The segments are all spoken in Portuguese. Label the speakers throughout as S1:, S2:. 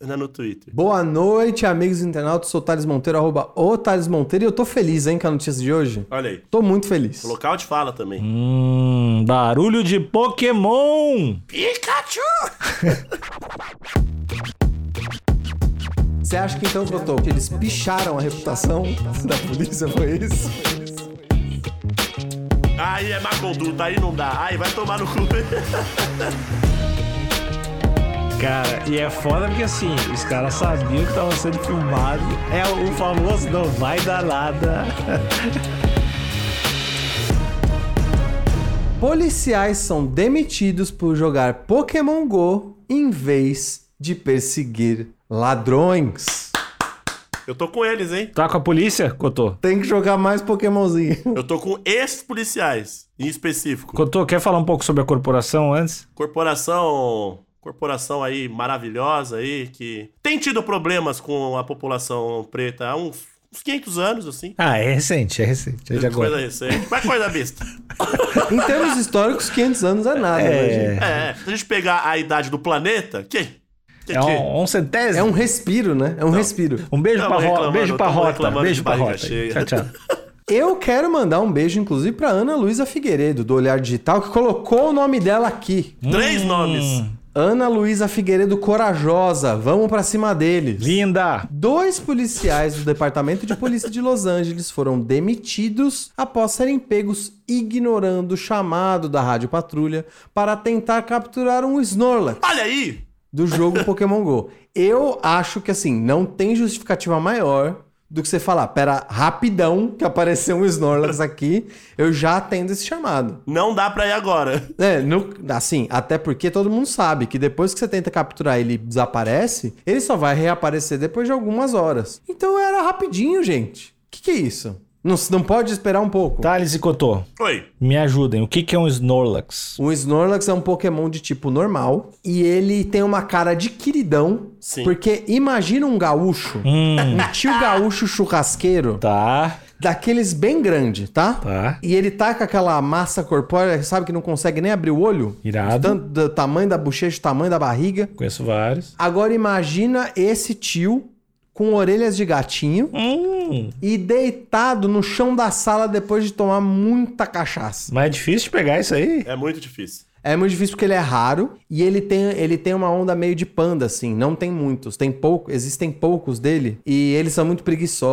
S1: no Twitter.
S2: Boa noite, amigos internautas. Sou o Thales Monteiro, arroba o Thales Monteiro. E eu tô feliz, hein, com a notícia de hoje.
S1: Olha aí.
S2: Tô muito feliz.
S1: O local de fala também.
S3: Hum, barulho de Pokémon!
S1: Pikachu!
S2: Você acha que então, Cotô, que eles picharam a reputação da polícia, foi isso?
S1: Aí é má conduta, aí não dá. Aí vai tomar no cu.
S3: Cara, e é foda porque assim, os caras sabiam que tava sendo filmado. É o famoso não vai dar nada.
S2: Policiais são demitidos por jogar Pokémon GO em vez de perseguir ladrões.
S1: Eu tô com eles, hein?
S3: Tá com a polícia, Cotô?
S2: Tem que jogar mais Pokémonzinho.
S1: Eu tô com ex-policiais, em específico.
S3: Cotô, quer falar um pouco sobre a corporação antes?
S1: Corporação. Corporação aí maravilhosa aí, que tem tido problemas com a população preta há uns, uns 500 anos, assim.
S3: Ah, é recente, é recente. É de
S1: Coisa
S3: agora.
S1: recente. Mas coisa besta.
S2: Em termos históricos, 500 anos é nada, né, gente?
S1: É, se a gente pegar a idade do planeta, que. que,
S3: É um, um centésimo.
S2: É um respiro, né? É um respiro.
S3: Um beijo
S1: Tamo
S3: pra, ro...
S1: reclamando,
S3: beijo pra
S1: tamo
S3: Rota.
S1: reclamando
S3: Beijo
S1: de
S3: pra
S1: barriga
S3: Rota. Tchau,
S1: cheia.
S3: tchau.
S2: Eu quero mandar um beijo, inclusive, pra Ana Luísa Figueiredo, do Olhar Digital, que colocou o nome dela aqui.
S1: Três nomes.
S2: Ana Luísa Figueiredo Corajosa, vamos pra cima deles.
S3: Linda!
S2: Dois policiais do Departamento de Polícia de Los Angeles foram demitidos após serem pegos ignorando o chamado da Rádio Patrulha para tentar capturar um Snorlax
S1: Olha aí!
S2: do jogo Pokémon GO. Eu acho que assim, não tem justificativa maior do que você falar, pera, rapidão que apareceu um Snorlax aqui, eu já atendo esse chamado.
S1: Não dá pra ir agora.
S2: É, no- assim, até porque todo mundo sabe que depois que você tenta capturar ele e desaparece, ele só vai reaparecer depois de algumas horas. Então era rapidinho, gente. Que que é isso? Não, não pode esperar um pouco.
S3: Thales e Cotô,
S1: Oi.
S3: me ajudem. O que, que é um Snorlax?
S2: O Snorlax é um Pokémon de tipo normal e ele tem uma cara de queridão,
S1: Sim.
S2: porque imagina um gaúcho,
S3: Hum,
S2: um tio gaúcho churrasqueiro,
S3: tá,
S2: daqueles bem grande, tá?
S3: tá.
S2: E ele tá com aquela massa corpórea, sabe que não consegue nem abrir o olho?
S3: Irado.
S2: Tanto do tamanho da bochecha, do tamanho da barriga.
S3: Conheço vários.
S2: Agora imagina esse tio com orelhas de gatinho
S3: Hum,
S2: e deitado no chão da sala depois de tomar muita cachaça.
S3: mas é difícil de pegar isso aí?
S1: É muito difícil.
S2: É muito difícil porque ele é raro e ele tem, ele tem uma onda meio de panda, assim. Não tem muitos, tem pouco, existem poucos dele e eles são muito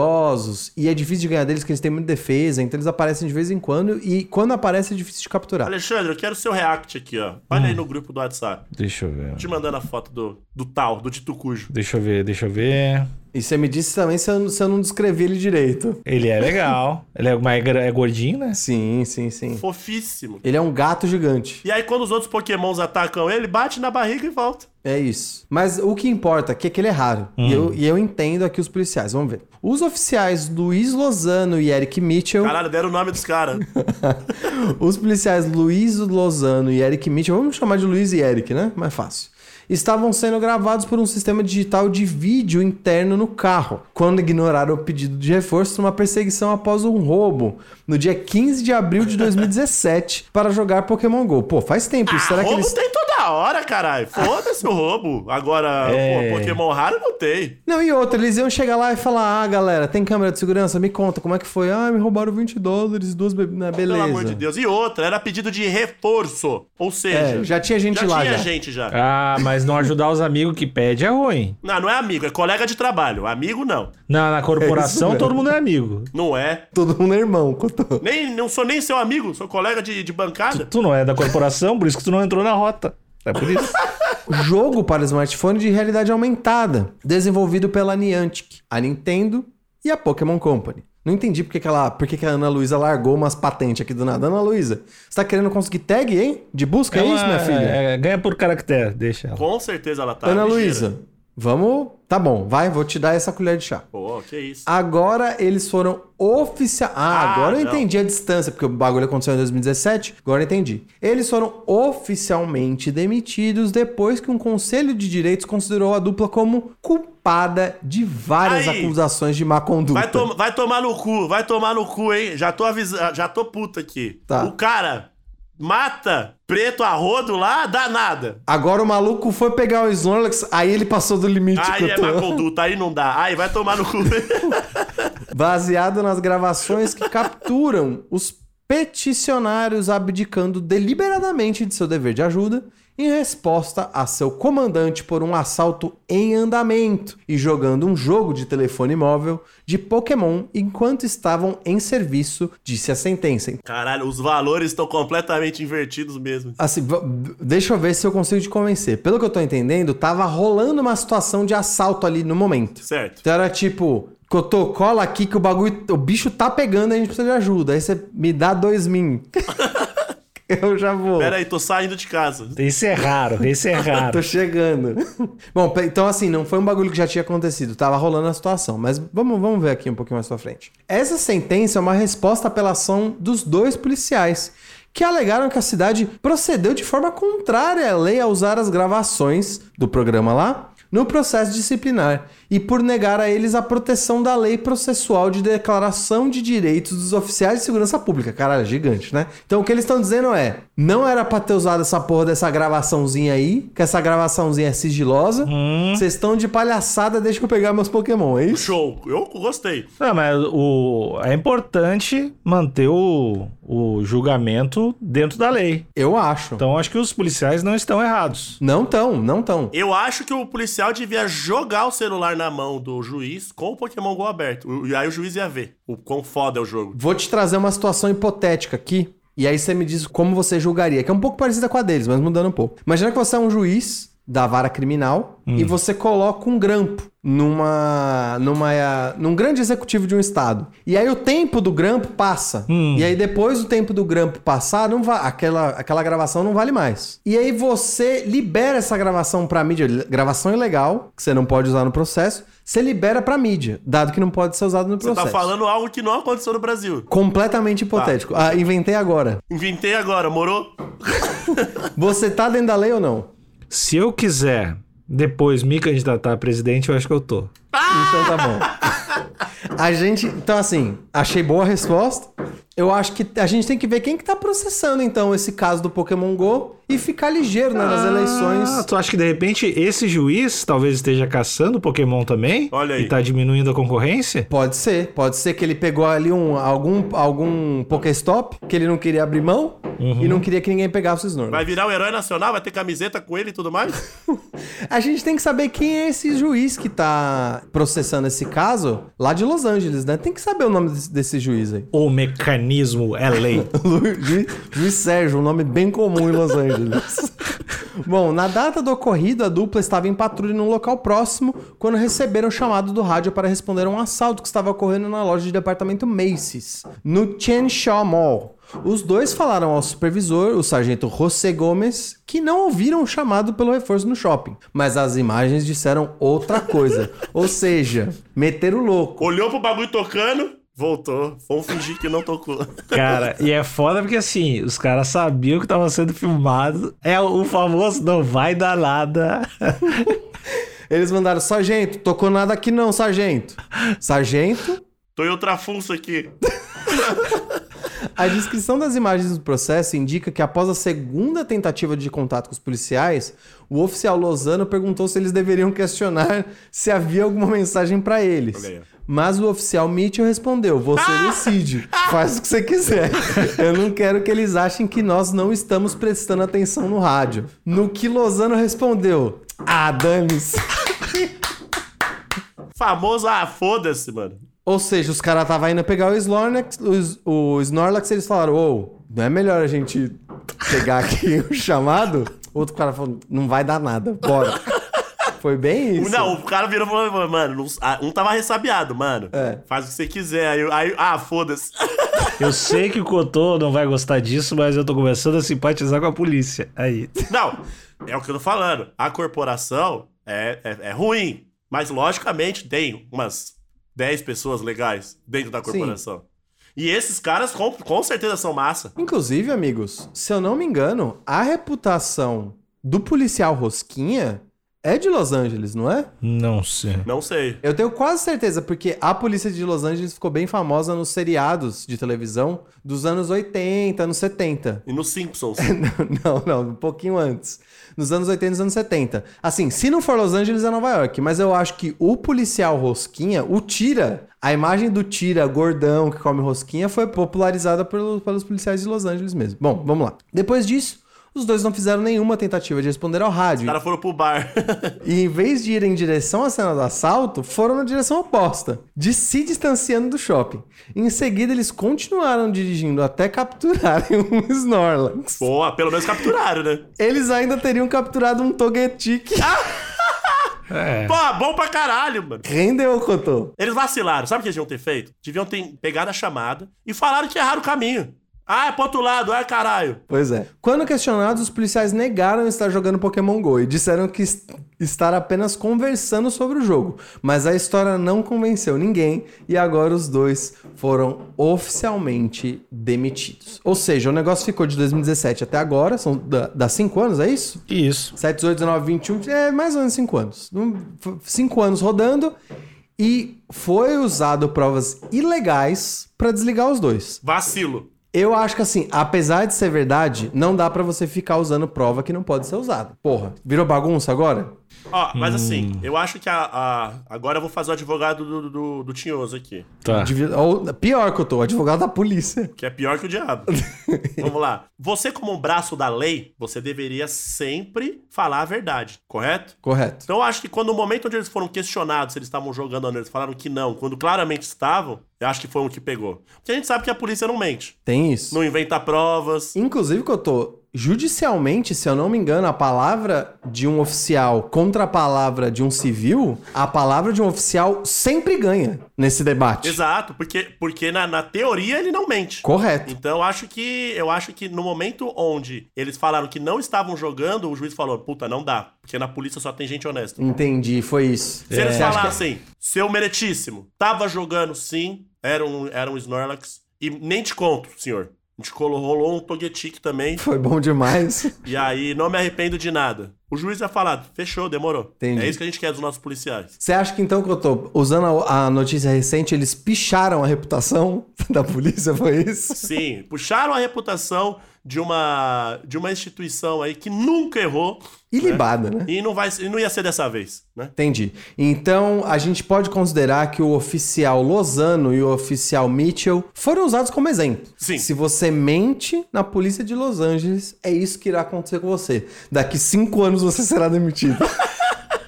S2: preguiçosos e é difícil de ganhar deles porque eles têm muita defesa, então eles aparecem de vez em quando e quando aparece é difícil de capturar.
S1: Alexandre, eu quero seu react aqui, ó. Olha aí no grupo do WhatsApp.
S3: Deixa eu ver.
S1: Te mandando a foto do, do tal, do Tito Cujo.
S3: Deixa eu ver, deixa eu ver.
S2: E você me disse também se eu, se eu não descrevi ele direito.
S3: Ele é legal. Ele é, mas é gra- é gordinho, né?
S2: Sim, sim, sim.
S1: Fofíssimo.
S2: Ele é um gato gigante.
S1: E aí, quando os outros pokémons atacam ele, bate na barriga e volta.
S2: É isso. Mas o que importa aqui é que ele é raro. E, eu, e eu entendo aqui os policiais. Vamos ver. Os oficiais Luiz Lozano e Eric Mitchell.
S1: Caralho, deram o nome dos caras.
S2: Os policiais Luiz Lozano e Eric Mitchell. Vamos chamar de Luiz e Eric, né? Mais fácil. Estavam sendo gravados por um sistema digital de vídeo interno no carro, quando ignoraram o pedido de reforço numa perseguição após um roubo, no dia 15 de abril de 2017, para jogar Pokémon GO. Pô, faz tempo. isso. Será que
S1: Ah, roubo
S2: eles
S1: tem toda hora, caralho. Foda-se o roubo. Agora,
S3: É.
S1: pô, Pokémon raro não tem.
S2: Não, e outra, eles iam chegar lá e falar: Ah, galera, tem câmera de segurança? Me conta como é que foi. Ah, me roubaram 20 dólares, duas bebidas. Na beleza.
S1: Pelo amor de Deus. E outra, era pedido de reforço. Ou seja,
S2: É, já tinha gente
S1: já
S2: lá
S1: tinha
S2: já.
S1: gente já.
S3: Ah, mas não ajudar os amigos que pede é ruim.
S1: Não, não é amigo, é colega de trabalho. Amigo não.
S3: Na, na corporação
S2: mesmo.
S3: todo mundo é amigo.
S1: Não é.
S2: Todo mundo é irmão, Cotô.
S1: Nem, não sou nem seu amigo, sou colega de, de bancada.
S3: Tu não é da corporação, por isso que tu não entrou na rota. É por isso.
S2: Jogo para smartphone de realidade aumentada, desenvolvido pela Niantic, a Nintendo e a Pokémon Company. Não entendi porque que, ela, porque que a Ana Luísa largou umas patentes aqui do nada. Ana Luísa, você tá querendo conseguir tag,
S3: Então,
S2: hein? De busca, é isso, minha filha?
S3: é, ganha por caractere, deixa ela.
S1: Com certeza ela tá.
S2: Ana
S1: ligeira.
S2: Luísa, Vamos. Tá bom, vai, vou te dar essa colher de chá.
S1: Pô, que isso.
S2: Ah, Agora eles foram oficial. Ah,
S1: Ah,
S2: agora eu
S1: não.
S2: entendi a distância, porque o bagulho aconteceu em 2017. Agora eu entendi. Eles foram oficialmente demitidos depois que um conselho de direitos considerou a dupla como culpada de várias
S1: Aí.
S2: acusações de má conduta.
S1: Vai, tom- vai tomar no cu, vai tomar no cu, hein? Já tô avisando, já tô puto aqui.
S2: Tá.
S1: O cara mata preto a rodo lá, danada.
S2: Agora o maluco foi pegar o Snorlax, aí ele passou do limite que
S1: Aí
S2: eu
S1: é
S2: tô-
S1: má conduta, aí não dá. Aí vai tomar no cu.
S2: baseado nas gravações que capturam os peticionários abdicando deliberadamente de seu dever de ajuda em resposta a seu comandante por um assalto em andamento e jogando um jogo de telefone móvel de Pokémon enquanto estavam em serviço, disse a sentença.
S1: Caralho, os valores estão completamente invertidos mesmo.
S2: Assim, va- deixa eu ver se eu consigo te convencer. Pelo que eu tô entendendo, tava rolando uma situação de assalto ali no momento.
S1: Certo.
S2: Então era tipo, Cotô, cola aqui que o bagulho, o bicho tá pegando, a gente precisa de ajuda. Aí você me dá dois min. Eu já vou.
S1: Pera aí, tô saindo de casa.
S3: Esse é raro, esse é raro.
S2: Tô chegando. Bom, pe- então assim, não foi um bagulho que já tinha acontecido, tava rolando a situação, mas vamos, vamos ver aqui um pouquinho mais pra frente. Essa sentença é uma resposta à apelação dos dois policiais, que alegaram que a cidade procedeu de forma contrária à lei ao usar as gravações do programa lá no processo disciplinar e por negar a eles a proteção da lei processual de declaração de direitos dos oficiais de segurança pública. Caralho, gigante, né? Então o que eles estão dizendo é: não era pra ter usado essa porra dessa gravaçãozinha aí, que essa gravaçãozinha é sigilosa. Vocês estão de palhaçada, deixa eu pegar meus Pokémon, é isso?
S1: Show. Eu gostei.
S3: Não, mas o, é importante manter o, o julgamento dentro da lei.
S2: Eu acho.
S3: Então acho que os policiais não estão errados.
S2: Não tão, não tão.
S1: Eu acho que o policial devia jogar o celular na mão do juiz com o Pokémon Go aberto. E aí o juiz ia ver o quão foda é o jogo.
S2: Vou te trazer uma situação hipotética aqui. E aí você me diz como você julgaria, que é um pouco parecida com a deles, mas mudando um pouco. Imagina que você é um juiz da vara criminal e você coloca um grampo numa, numa eh, num grande executivo de um estado. E aí o tempo do grampo passa. E aí depois do tempo do grampo passar, não va aquela, aquela gravação não vale mais. E aí você libera essa gravação pra mídia, gravação ilegal, que você não pode usar no processo, você libera pra mídia, dado que não pode ser usado no
S1: Você
S2: processo.
S1: tá falando algo que não aconteceu no Brasil.
S2: Completamente hipotético. Ah, inventei agora.
S1: Inventei agora, morou?
S2: Você tá dentro da lei ou não?
S3: Se eu quiser depois me candidatar a presidente, eu acho que eu tô.
S2: Então tá bom. A gente. Então, assim, achei boa a resposta. Eu acho que a gente tem que ver quem que tá processando, então, esse caso do Pokémon GO e ficar ligeiro né, nas
S3: Ah,
S2: eleições.
S3: tu acha que de repente esse juiz talvez esteja caçando Pokémon também?
S1: Olha aí.
S3: E tá diminuindo a concorrência?
S2: Pode ser, pode ser que ele pegou ali um, algum, algum Pokéstop que ele não queria abrir mão e não queria que ninguém pegasse os Snorlax.
S1: Vai virar um herói nacional? Vai ter camiseta com ele e tudo mais?
S2: A gente tem que saber quem é esse juiz que tá processando esse caso lá de Los Angeles, né? Tem que saber o nome desse, desse juiz aí.
S3: O mecanismo é lei.
S2: Lu- Ju- Juiz Sérgio, um nome bem comum em Los Angeles. Bom, na data do ocorrido, a dupla estava em patrulha num local próximo quando receberam o chamado do rádio para responder a um assalto que estava ocorrendo na loja de departamento Macy's, no Chenshaw Mall. Os dois falaram ao supervisor, o sargento José Gomes, que não ouviram o chamado pelo reforço no shopping, mas as imagens disseram outra coisa. Ou seja, meter o louco.
S1: Olhou pro bagulho tocando, voltou. Vamos fingir que não tocou.
S3: Cara, e é foda porque assim, os caras sabiam que tava sendo filmado. É o famoso não vai dar nada.
S2: Eles mandaram, sargento, tocou nada aqui não, sargento. Sargento,
S1: Tô em outra funça aqui.
S2: a descrição das imagens do processo indica que após a segunda tentativa de contato com os policiais, o oficial Lozano perguntou se eles deveriam questionar se havia alguma mensagem pra eles.
S1: Olha aí, ó.
S2: Mas o oficial Mitchell respondeu: Você decide, faz o que você quiser. Eu não quero que eles achem que nós não estamos prestando atenção no rádio. No que Lozano respondeu: Ah, dane-se.
S1: Famoso, ah, foda-se, mano.
S2: Ou seja, os caras estavam indo pegar o Snorlax, os- o, Snorlax, eles falaram, ô, não é melhor a gente pegar aqui o chamado? Outro cara falou, não vai dar nada, bora. Foi bem isso.
S1: Não, o cara virou e falou, mano, não- ah, um tava ressabiado, mano.
S2: É.
S1: Faz o que você quiser. Aí, aí- ah, foda-se.
S3: Eu sei que o Cotô não vai gostar disso, mas eu tô começando a simpatizar com a polícia. Aí.
S1: Não, é o que eu tô falando. A corporação É, é, é ruim. Mas, logicamente, tem umas 10 pessoas legais dentro da corporação. E esses caras, com, com certeza, são massa.
S2: Inclusive, amigos, se eu não me engano, a reputação do policial Rosquinha é de Los Angeles, não é?
S3: Não sei.
S1: Não sei.
S2: Eu tenho quase certeza, porque a polícia de Los Angeles ficou bem famosa nos seriados de televisão dos anos 80, anos 70.
S1: E nos Simpsons.
S2: Não, não, um pouquinho antes. Nos anos 80 e nos anos 70. Assim, se não for Los Angeles, é Nova York. Mas eu acho que o policial Rosquinha, o Tira, a imagem do Tira gordão que come rosquinha foi popularizada pelo- pelos policiais de Los Angeles mesmo. Bom, vamos lá. Depois disso, os dois não fizeram nenhuma tentativa de responder ao rádio.
S1: Os caras foram pro bar.
S2: E em vez de ir em direção à cena do assalto, foram na direção oposta, de se distanciando do shopping. Em seguida, eles continuaram dirigindo até capturarem um Snorlax.
S1: Boa, pelo menos capturaram, né?
S2: Eles ainda teriam capturado um Togetic.
S3: É.
S1: Pô, bom pra caralho, mano.
S2: Rendeu o Cotô.
S1: Eles vacilaram. Sabe o que eles deviam ter feito? Deviam ter pegado a chamada e falaram que erraram o caminho. Ah, é pro outro lado, ah, caralho.
S2: Pois é. Quando questionados, os policiais negaram estar jogando Pokémon GO e disseram que est- estar apenas conversando sobre o jogo. Mas a história não convenceu ninguém e agora os dois foram oficialmente demitidos. Ou seja, o negócio ficou de 2017 até agora, são da- dá 5 anos, é isso?
S3: Isso.
S2: 7, 8, 19, 21, é mais ou menos 5 anos. 5 anos rodando e foi usado provas ilegais para desligar os dois.
S1: Vacilo.
S2: Eu acho que assim, apesar de ser verdade, não dá pra você ficar usando prova que não pode ser usada. Porra, virou bagunça agora?
S1: Ó, mas assim, eu acho que a, a- Agora eu vou fazer o advogado do, do, do Tinhoso aqui.
S3: Tá.
S2: Devia- ou- pior que eu tô, advogado da polícia.
S1: Que é pior que o diabo. Vamos lá. Você, como um braço da lei, você deveria sempre falar a verdade, correto?
S2: Correto.
S1: Então eu acho que quando o momento onde eles foram questionados se eles estavam jogando ou não, eles falaram que não, quando claramente estavam, eu acho que foi um que pegou. Porque a gente sabe que a polícia não mente.
S2: Tem isso.
S1: Não inventa provas.
S2: Inclusive, que eu tô. Judicialmente, se eu não me engano, a palavra de um oficial contra a palavra de um civil, a palavra de um oficial sempre ganha nesse debate.
S1: Exato, porque, porque na, na teoria ele não mente.
S2: Correto.
S1: Então eu acho que eu acho que no momento onde eles falaram que não estavam jogando, o juiz falou: "Puta, não dá, porque na polícia só tem gente honesta".
S2: Entendi, foi isso.
S1: Se eles
S2: Você acha
S1: falassem, seu meretíssimo, tava jogando sim, era um, era um Snorlax, e nem te conto, senhor. A gente colo- rolou um Togetic também,
S2: que É, foi bom demais.
S1: e aí não me arrependo de nada. O juiz vai falar, fechou, demorou.
S2: Entendi.
S1: É isso que a gente quer dos nossos policiais.
S2: Você acha que então que eu tô usando a, a notícia recente, eles picharam a reputação da polícia, foi isso?
S1: Sim, puxaram a reputação de uma, de uma instituição aí que nunca errou
S2: Ilibada, né?
S1: e não, vai, e não ia ser dessa vez, né?
S2: Entendi. Então, a gente pode considerar que o oficial Lozano e o oficial Mitchell foram usados como exemplo.
S1: Sim.
S2: Se você mente na polícia de Los Angeles, é isso que irá acontecer com você. Daqui cinco anos você será demitido.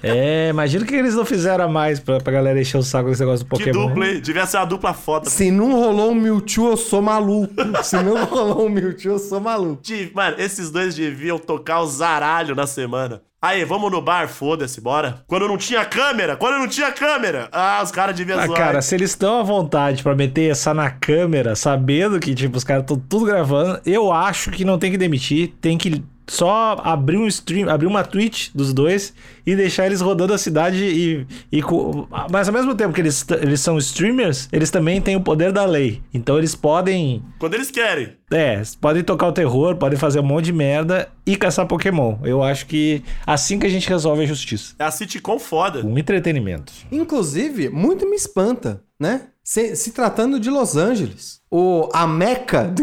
S3: É, imagina o que eles não fizeram a mais pra, pra galera encher o saco desse negócio do
S1: Que
S3: Pokémon.
S1: dupla, hein? Devia ser uma dupla foda.
S2: Se não rolou um Mewtwo, eu sou maluco. Se não rolou um Mewtwo, eu sou maluco.
S1: De- Mano, esses dois deviam tocar o zaralho na semana. Aí, vamos no bar, foda-se, bora. Quando não tinha câmera, quando não tinha câmera. Ah, os caras deviam
S3: Ah,
S1: zoar.
S3: cara, se eles estão à vontade pra meter essa na câmera, sabendo que, tipo, os caras estão tudo gravando, eu acho que não tem que demitir, tem que só abrir um stream, abrir uma Twitch dos dois e deixar eles rodando a cidade e... e co- Mas ao mesmo tempo que eles, t- eles são streamers, eles também têm o poder da lei. Então eles podem...
S1: Quando eles querem.
S3: É, podem tocar o terror, podem fazer um monte de merda e caçar Pokémon. Eu acho que assim que a gente resolve a justiça.
S1: É a sitcom foda.
S3: Um entretenimento.
S2: Inclusive, muito me espanta, né? Se, se tratando de Los Angeles, o, a meca do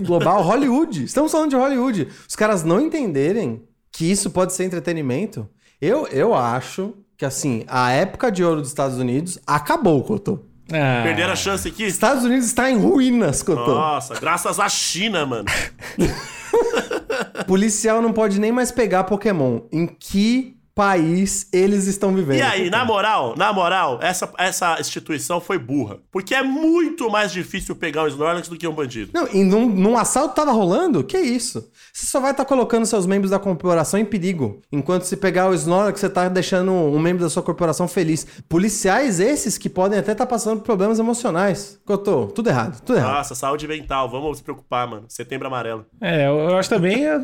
S2: global, Hollywood. Estamos falando de Hollywood. Os caras não entenderem que isso pode ser entretenimento. Eu, eu acho que, assim, a época de ouro dos Estados Unidos acabou, Cotô.
S3: Ah,
S1: Perderam a chance aqui.
S2: Estados Unidos está em ruínas, Cotô.
S1: Nossa, graças à China, mano. Ah.
S2: Policial não pode nem mais pegar Pokémon. Em que país eles estão vivendo?
S1: E aí,
S2: Cotô?
S1: na moral, na moral, essa, essa instituição foi burra. Porque é muito mais difícil pegar um Snorlax do que um bandido.
S2: Não, e num, num assalto tava rolando? Que isso? Você só vai estar colocando seus membros da corporação em perigo. Enquanto se pegar o Snorlax, você tá deixando um membro da sua corporação feliz. Policiais esses que podem até estar passando por problemas emocionais. Cotô, tudo errado,
S3: É.
S2: tudo errado.
S1: Nossa, saúde mental, vamos se preocupar, mano. Setembro amarelo.
S3: É, eu eu acho também eh,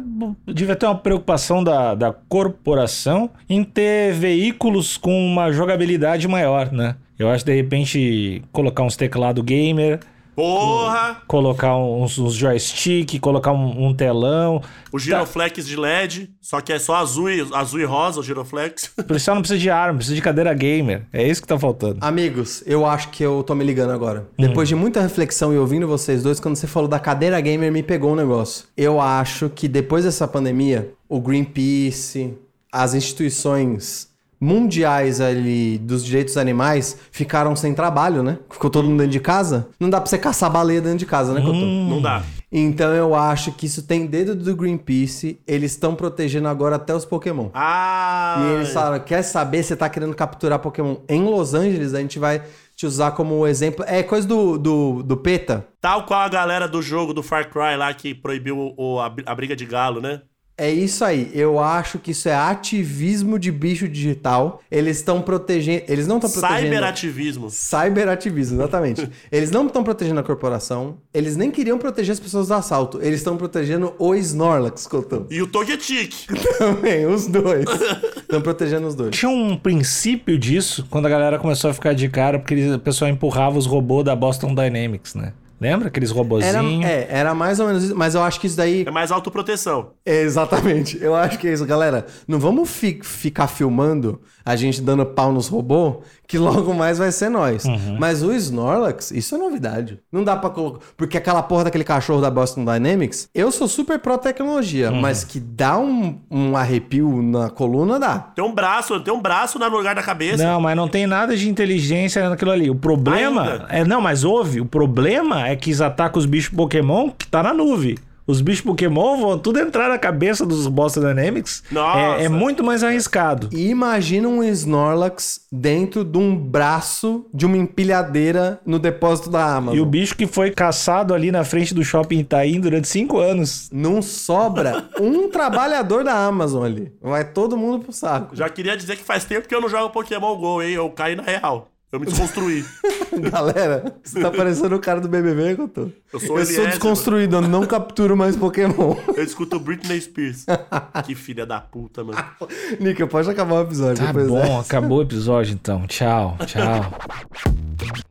S3: devia ter uma preocupação da, da corporação em ter veículos com uma jogabilidade maior, né? Eu acho de repente colocar uns teclado gamer,
S1: Porra!
S3: colocar uns, uns joystick, colocar um, um telão.
S2: Tá.
S1: O giroflex de LED, só que é só azul e, azul e rosa o giroflex.
S3: O policial não precisa de arma, precisa de cadeira gamer. É isso que tá faltando.
S2: Amigos, eu acho que eu tô me ligando agora. Depois de muita reflexão e ouvindo vocês dois, quando você falou da cadeira gamer, me pegou um negócio. Eu acho que depois dessa pandemia, o Greenpeace, as instituições mundiais ali dos direitos dos animais ficaram sem trabalho, né? Ficou todo mundo dentro de casa. Não dá pra você caçar baleia dentro de casa, né, Cotô?
S1: Não dá.
S2: Então eu acho que isso tem dedo do Greenpeace. Eles estão protegendo agora até os Pokémon.
S1: Ah!
S2: E eles falaram: quer saber? Você tá querendo capturar Pokémon em Los Angeles? A gente vai te usar como exemplo. É coisa do, do, do PETA.
S1: Tal qual a galera do jogo do Far Cry lá que proibiu o, o- a, br- a briga de galo, né?
S2: É isso aí. Eu acho que isso é ativismo de bicho digital. Eles estão protegendo. Eles não estão Tá protegendo.
S1: Cyberativismo.
S2: Cyberativismo, exatamente. eles não estão protegendo a corporação. Eles nem queriam proteger as pessoas do assalto. Eles estão protegendo o Snorlax, Cotão.
S1: E o Togetic.
S2: Também, os dois. Estão protegendo os dois.
S3: Tinha um princípio disso quando a galera começou a ficar de cara, porque eles- o pessoal empurrava os robôs da Boston Dynamics, né? Lembra aqueles
S2: Era,
S3: robozinhos?
S2: é, era mais ou menos isso, mas eu acho que isso daí.
S1: É mais autoproteção.
S2: É, exatamente. Eu acho que é isso, galera. Não vamos fi- ficar filmando a gente dando pau nos robôs, que logo mais vai ser nós.
S3: Uhum.
S2: Mas o Snorlax, isso é novidade. Não dá pra colocar. Porque aquela porra daquele cachorro da Boston Dynamics, eu sou super pró-tecnologia,
S3: Uhum.
S2: mas que dá um, um arrepio na coluna, dá.
S1: Tem um braço, tem um braço no lugar da cabeça.
S3: Não, mas não tem nada de inteligência naquilo ali. O problema.
S1: Ainda?
S3: É, não, mas houve. O problema é que eles atacam os bichos Pokémon que tá na nuvem. Os bichos Pokémon vão tudo entrar na cabeça dos Boston Dynamics.
S1: Nossa.
S3: É, é muito mais arriscado.
S2: E imagina um Snorlax dentro de um braço de uma empilhadeira no depósito da Amazon.
S3: E o bicho que foi caçado ali na frente do shopping Itaim durante cinco anos.
S2: Não sobra um trabalhador da Amazon ali. Vai todo mundo pro saco.
S1: Já queria dizer que faz tempo que eu não jogo Pokémon GO, hein? Eu caí na real. Eu me desconstruí.
S2: Galera, você tá parecendo o cara do BBB, que eu tô.
S1: Eu
S2: Eu
S1: sou
S2: sou,
S1: Eliezer.
S2: desconstruído, eu não capturo mais Pokémon.
S1: eu escuto Britney Spears. que filha da puta, mano.
S2: Nica, pode acabar o episódio é.
S3: Tá
S2: depois
S3: bom,
S2: dessa.
S3: acabou o episódio então. Tchau, tchau.